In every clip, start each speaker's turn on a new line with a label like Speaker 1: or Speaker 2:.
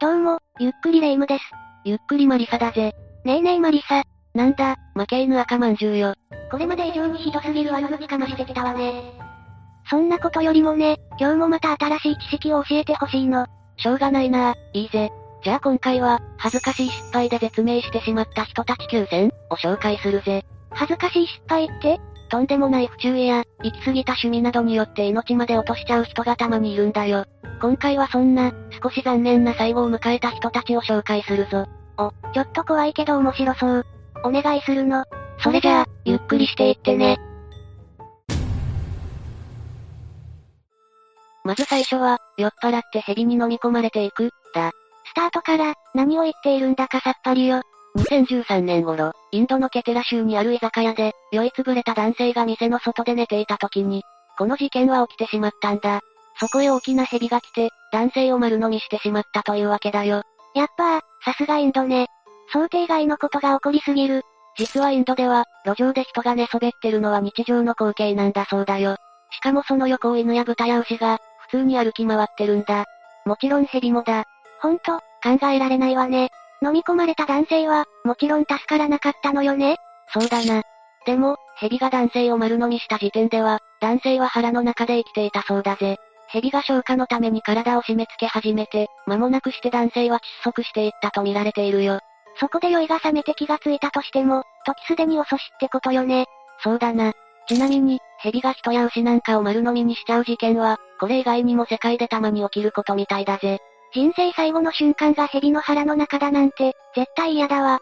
Speaker 1: どうも、ゆっくりレ夢ムです。
Speaker 2: ゆっくりマリサだぜ。
Speaker 1: ねえねえマリサ。
Speaker 2: なんだ、負け犬赤まんじゅうよ。
Speaker 1: これまで以上にひどすぎる悪口かましてきたわね。そんなことよりもね、今日もまた新しい知識を教えてほしいの。
Speaker 2: しょうがないなあ、いいぜ。じゃあ今回は、恥ずかしい失敗で絶命してしまった人たち9選を紹介するぜ。
Speaker 1: 恥ずかしい失敗って
Speaker 2: とんでもない不注意や、行き過ぎた趣味などによって命まで落としちゃう人がたまにいるんだよ。今回はそんな、少し残念な最後を迎えた人たちを紹介するぞ。
Speaker 1: お、ちょっと怖いけど面白そう。お願いするの。
Speaker 2: それじゃあ、ゆっくりしていってね。まず最初は、酔っ払って蛇に飲み込まれていく、だ。
Speaker 1: スタートから、何を言っているんだかさっぱりよ。
Speaker 2: 2013年頃、インドのケテラ州にある居酒屋で、酔いつぶれた男性が店の外で寝ていた時に、この事件は起きてしまったんだ。そこへ大きな蛇が来て、男性を丸飲みしてしまったというわけだよ。
Speaker 1: やっぱ、さすがインドね。想定外のことが起こりすぎる。
Speaker 2: 実はインドでは、路上で人が寝そべってるのは日常の光景なんだそうだよ。しかもその横を犬や豚や牛が、普通に歩き回ってるんだ。もちろん蛇もだ。
Speaker 1: ほんと、考えられないわね。飲み込まれた男性は、もちろん助からなかったのよね。
Speaker 2: そうだな。でも、蛇が男性を丸飲みした時点では、男性は腹の中で生きていたそうだぜ。蛇が消化のために体を締め付け始めて、間もなくして男性は窒息していったと見られているよ。
Speaker 1: そこで酔いが覚めて気がついたとしても、時すでに遅しってことよね。
Speaker 2: そうだな。ちなみに、蛇が人や牛なんかを丸飲みにしちゃう事件は、これ以外にも世界でたまに起きることみたいだぜ。
Speaker 1: 人生最後の瞬間が蛇の腹の中だなんて、絶対嫌だわ。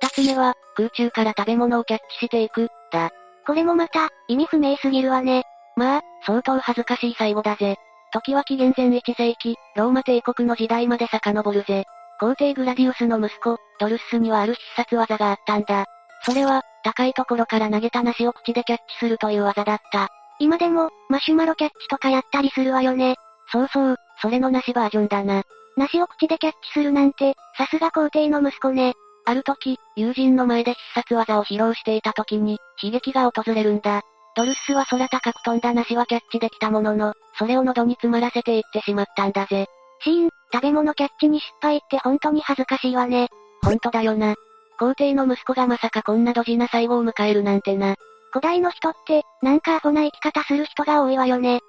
Speaker 2: 二つ目は、空中から食べ物をキャッチしていく、だ。
Speaker 1: これもまた、意味不明すぎるわね。
Speaker 2: まあ、相当恥ずかしい最後だぜ。時は紀元前1世紀、ローマ帝国の時代まで遡るぜ。皇帝グラディウスの息子、ドルススにはある必殺技があったんだ。それは、高いところから投げた梨を口でキャッチするという技だった。
Speaker 1: 今でも、マシュマロキャッチとかやったりするわよね。
Speaker 2: そうそう、それの梨バージョンだな。
Speaker 1: 梨を口でキャッチするなんて、さすが皇帝の息子ね。
Speaker 2: ある時、友人の前で必殺技を披露していた時に、悲劇が訪れるんだ。ドルススは空高く飛んだ梨はキャッチできたものの、それを喉に詰まらせていってしまったんだぜ。
Speaker 1: シーン、食べ物キャッチに失敗って本当に恥ずかしいわね。
Speaker 2: ほんとだよな。皇帝の息子がまさかこんなドジな最後を迎えるなんてな。
Speaker 1: 古代の人って、なんかアホな生き方する人が多いわよね。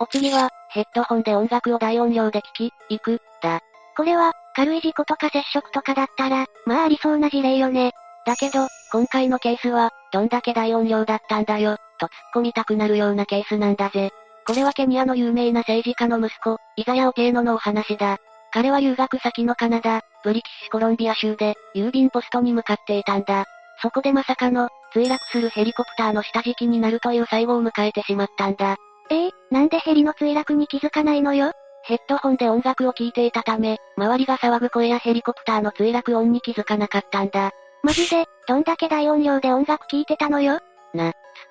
Speaker 2: お次は、ヘッドホンで音楽を大音量で聴き、行く、だ。
Speaker 1: これは、軽い事故とか接触とかだったら、まあありそうな事例よね。
Speaker 2: だけど、今回のケースは、どんだけ大音量だったんだよ、と突っ込みたくなるようなケースなんだぜ。これはケニアの有名な政治家の息子、イザヤオテーノのお話だ。彼は留学先のカナダ、ブリキッシュコロンビア州で、郵便ポストに向かっていたんだ。そこでまさかの、墜落するヘリコプターの下敷きになるという最後を迎えてしまったんだ。
Speaker 1: ええなんでヘリの墜落に気づかないのよ
Speaker 2: ヘッドホンで音楽を聴いていたため、周りが騒ぐ声やヘリコプターの墜落音に気づかなかったんだ。
Speaker 1: マジで、どんだけ大音量で音楽聴いてたのよ
Speaker 2: 突っ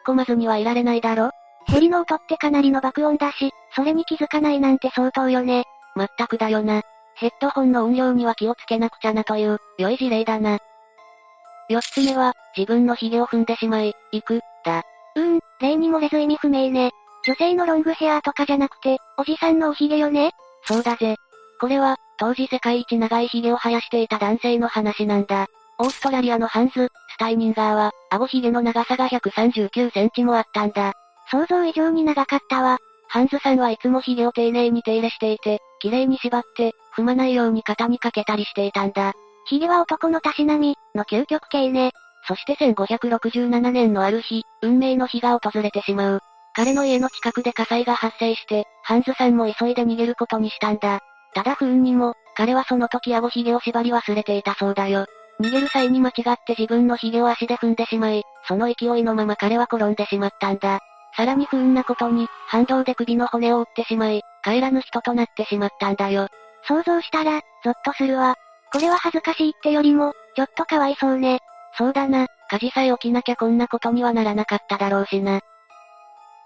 Speaker 2: 込まずにはいられないだろ
Speaker 1: ヘリの音ってかなりの爆音だし、それに気づかないなんて相当よね。
Speaker 2: まったくだよな。ヘッドホンの音量には気をつけなくちゃなという、良い事例だな。四つ目は、自分の髭を踏んでしまい、行く、だ。
Speaker 1: うーん、例に漏れず意味不明ね。女性のロングヘアーとかじゃなくて、おじさんのおひげよね
Speaker 2: そうだぜ。これは、当時世界一長い髭を生やしていた男性の話なんだ。オーストラリアのハンズ、スタイニンガーは、顎髭の長さが139センチもあったんだ。
Speaker 1: 想像以上に長かったわ。
Speaker 2: ハンズさんはいつもヒゲを丁寧に手入れしていて、綺麗に縛って、踏まないように肩にかけたりしていたんだ。
Speaker 1: ひげは男のたしなみ、の究極系ね。
Speaker 2: そして1567年のある日、運命の日が訪れてしまう。彼の家の近くで火災が発生して、ハンズさんも急いで逃げることにしたんだ。ただ不運にも、彼はその時顎ひげを縛り忘れていたそうだよ。逃げる際に間違って自分のひげを足で踏んでしまい、その勢いのまま彼は転んでしまったんだ。さらに不運なことに、反動で首の骨を折ってしまい、帰らぬ人となってしまったんだよ。
Speaker 1: 想像したら、ゾッとするわ。これは恥ずかしいってよりも、ちょっとかわいそうね。
Speaker 2: そうだな、火事さえ起きなきゃこんなことにはならなかっただろうしな。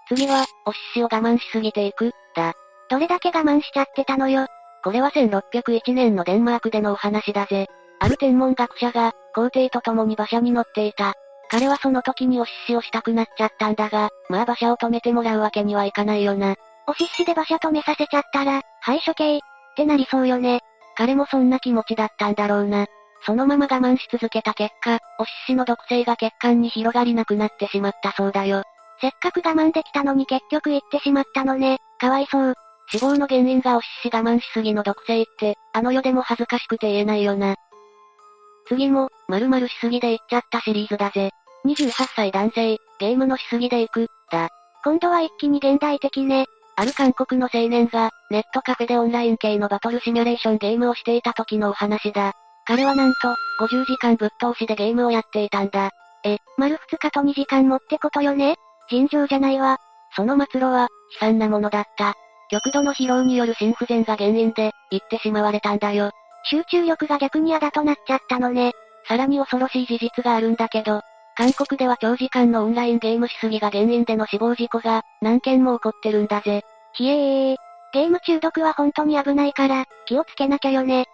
Speaker 2: 次は、おしっしを我慢しすぎていく、だ。
Speaker 1: どれだけ我慢しちゃってたのよ。
Speaker 2: これは1601年のデンマークでのお話だぜ。ある天文学者が、皇帝と共に馬車に乗っていた。彼はその時におしっしをしたくなっちゃったんだが、まあ馬車を止めてもらうわけにはいかないよな。
Speaker 1: おしっしで馬車止めさせちゃったら、廃所系。ってなりそうよね。
Speaker 2: 彼もそんな気持ちだったんだろうな。そのまま我慢し続けた結果、おしっしの毒性が血管に広がりなくなってしまったそうだよ。
Speaker 1: せっかく我慢できたのに結局行ってしまったのね。かわいそう。
Speaker 2: 死亡の原因がおしっし我慢しすぎの毒性って、あの世でも恥ずかしくて言えないよな。次も、〇〇しすぎで行っちゃったシリーズだぜ。28歳男性、ゲームのしすぎで行く、だ。
Speaker 1: 今度は一気に現代的ね。
Speaker 2: ある韓国の青年が、ネットカフェでオンライン系のバトルシミュレーションゲームをしていた時のお話だ。彼はなんと、50時間ぶっ通しでゲームをやっていたんだ。
Speaker 1: え、丸2日と2時間もってことよね尋常じゃないわ。
Speaker 2: その末路は、悲惨なものだった。極度の疲労による心不全が原因で、行ってしまわれたんだよ。
Speaker 1: 集中力が逆に嫌だとなっちゃったのね。
Speaker 2: さらに恐ろしい事実があるんだけど、韓国では長時間のオンラインゲームしすぎが原因での死亡事故が、何件も起こってるんだぜ。
Speaker 1: ひえー。ゲーム中毒は本当に危ないから、気をつけなきゃよね。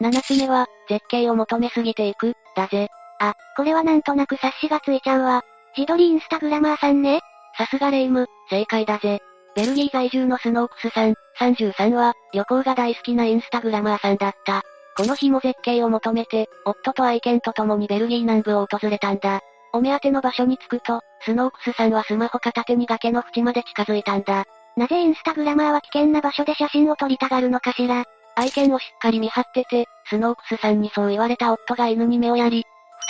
Speaker 2: 7つ目は、絶景を求めすぎていく、だぜ。
Speaker 1: あ、これはなんとなく察しがついちゃうわ。自撮りインスタグラマーさんね。
Speaker 2: さすがレイム、正解だぜ。ベルギー在住のスノークスさん、33は、旅行が大好きなインスタグラマーさんだった。この日も絶景を求めて、夫と愛犬と共にベルギー南部を訪れたんだ。お目当ての場所に着くと、スノークスさんはスマホ片手に崖の縁まで近づいたんだ。
Speaker 1: なぜインスタグラマーは危険な場所で写真を撮りたがるのかしら。
Speaker 2: 愛犬をしっかり見張ってて、スノークスさんにそう言われた夫が犬に目をやり、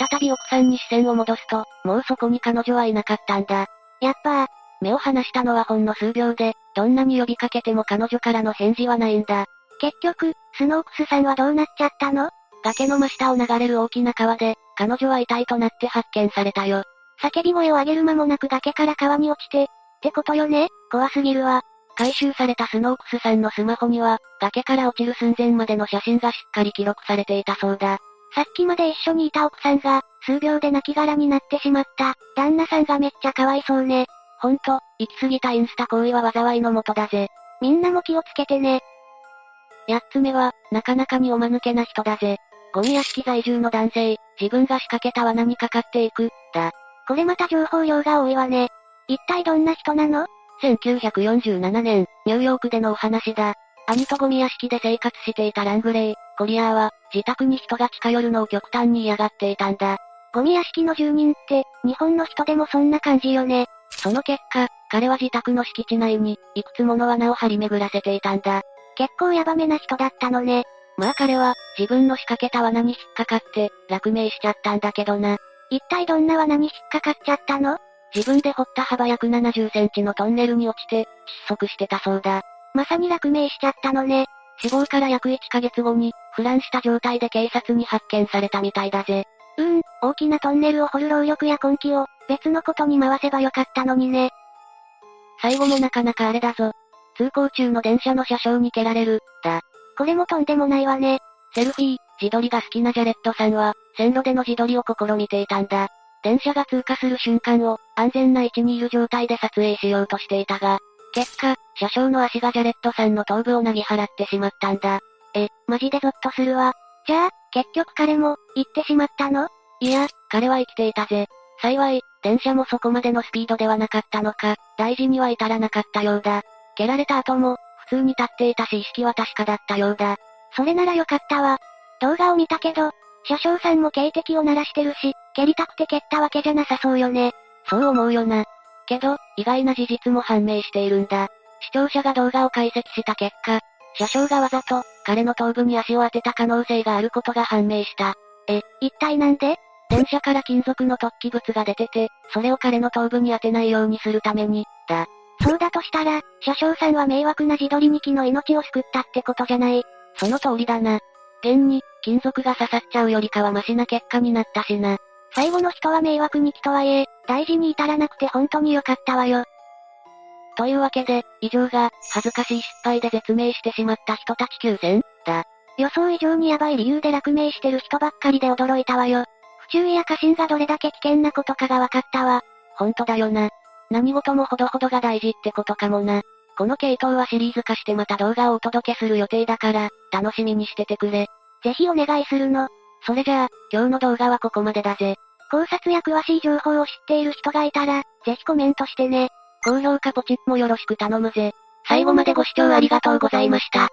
Speaker 2: 再び奥さんに視線を戻すと、もうそこに彼女はいなかったんだ。
Speaker 1: やっぱ、
Speaker 2: 目を離したのはほんの数秒で、どんなに呼びかけても彼女からの返事はないんだ。
Speaker 1: 結局、スノークスさんはどうなっちゃったの
Speaker 2: 崖の真下を流れる大きな川で、彼女は遺体となって発見されたよ。
Speaker 1: 叫び声を上げる間もなく崖から川に落ちて、ってことよね怖すぎるわ。
Speaker 2: 回収されたスノークスさんのスマホには、崖から落ちる寸前までの写真がしっかり記録されていたそうだ。
Speaker 1: さっきまで一緒にいた奥さんが、数秒で泣き殻になってしまった、旦那さんがめっちゃかわいそうね。
Speaker 2: ほんと、行き過ぎたインスタ行為は災いのもとだぜ。
Speaker 1: みんなも気をつけてね。
Speaker 2: 八つ目は、なかなかにおまぬけな人だぜ。ゴミ屋敷在住の男性、自分が仕掛けた罠にかかっていく、だ。
Speaker 1: これまた情報量が多いわね。一体どんな人なの
Speaker 2: ?1947 年、ニューヨークでのお話だ。兄とゴミ屋敷で生活していたラングレイ、コリアーは、自宅に人が近寄るのを極端に嫌がっていたんだ。
Speaker 1: ゴミ屋敷の住人って、日本の人でもそんな感じよね。
Speaker 2: その結果、彼は自宅の敷地内に、いくつもの罠を張り巡らせていたんだ。
Speaker 1: 結構ヤバめな人だったのね。
Speaker 2: まあ彼は、自分の仕掛けた罠に引っかかって、落命しちゃったんだけどな。
Speaker 1: 一体どんな罠に引っかかっちゃったの
Speaker 2: 自分で掘った幅約70センチのトンネルに落ちて、窒息してたそうだ。
Speaker 1: まさに落命しちゃったのね。
Speaker 2: 死亡から約1ヶ月後に、腐乱した状態で警察に発見されたみたいだぜ。
Speaker 1: うん、大きなトンネルを掘る労力や根気を、別のことに回せばよかったのにね。
Speaker 2: 最後もなかなかあれだぞ。通行中の電車の車掌に蹴られる、だ。
Speaker 1: これもとんでもないわね。
Speaker 2: セルフィー、自撮りが好きなジャレットさんは、線路での自撮りを試みていたんだ。電車が通過する瞬間を、安全な位置にいる状態で撮影しようとしていたが、結果、車掌の足がジャレットさんの頭部をなぎ払ってしまったんだ。
Speaker 1: え、マジでゾッとするわ。じゃあ、結局彼も、行ってしまったの
Speaker 2: いや、彼は生きていたぜ。幸い、電車もそこまでのスピードではなかったのか、大事には至らなかったようだ。蹴られた後も、普通に立っていたし意識は確かだったようだ。
Speaker 1: それならよかったわ。動画を見たけど、車掌さんも警笛を鳴らしてるし、蹴りたくて蹴ったわけじゃなさそうよね。
Speaker 2: そう思うよな。けど、意外な事実も判明しているんだ。視聴者が動画を解析した結果、車掌がわざと、彼の頭部に足を当てた可能性があることが判明した。
Speaker 1: え、一体なんで
Speaker 2: 電車から金属の突起物が出てて、それを彼の頭部に当てないようにするために、だ。
Speaker 1: そうだとしたら、車掌さんは迷惑な自撮りに木の命を救ったってことじゃない。
Speaker 2: その通りだな。現に、金属が刺さっちゃうよりかはマシな結果になったしな。
Speaker 1: 最後の人は迷惑に木とはいえ、大事に至らなくて本当に良かったわよ。
Speaker 2: というわけで、以上が、恥ずかしい失敗で絶命してしまった人たち9000、だ。
Speaker 1: 予想以上にヤバい理由で落命してる人ばっかりで驚いたわよ。不注意や過信がどれだけ危険なことかが分かったわ。
Speaker 2: ほんとだよな。何事もほどほどが大事ってことかもな。この系統はシリーズ化してまた動画をお届けする予定だから、楽しみにしててくれ。
Speaker 1: ぜひお願いするの。
Speaker 2: それじゃあ、今日の動画はここまでだぜ。
Speaker 1: 考察や詳しい情報を知っている人がいたら、ぜひコメントしてね。
Speaker 2: 高評価ポチッもよろしく頼むぜ。最後までご視聴ありがとうございました。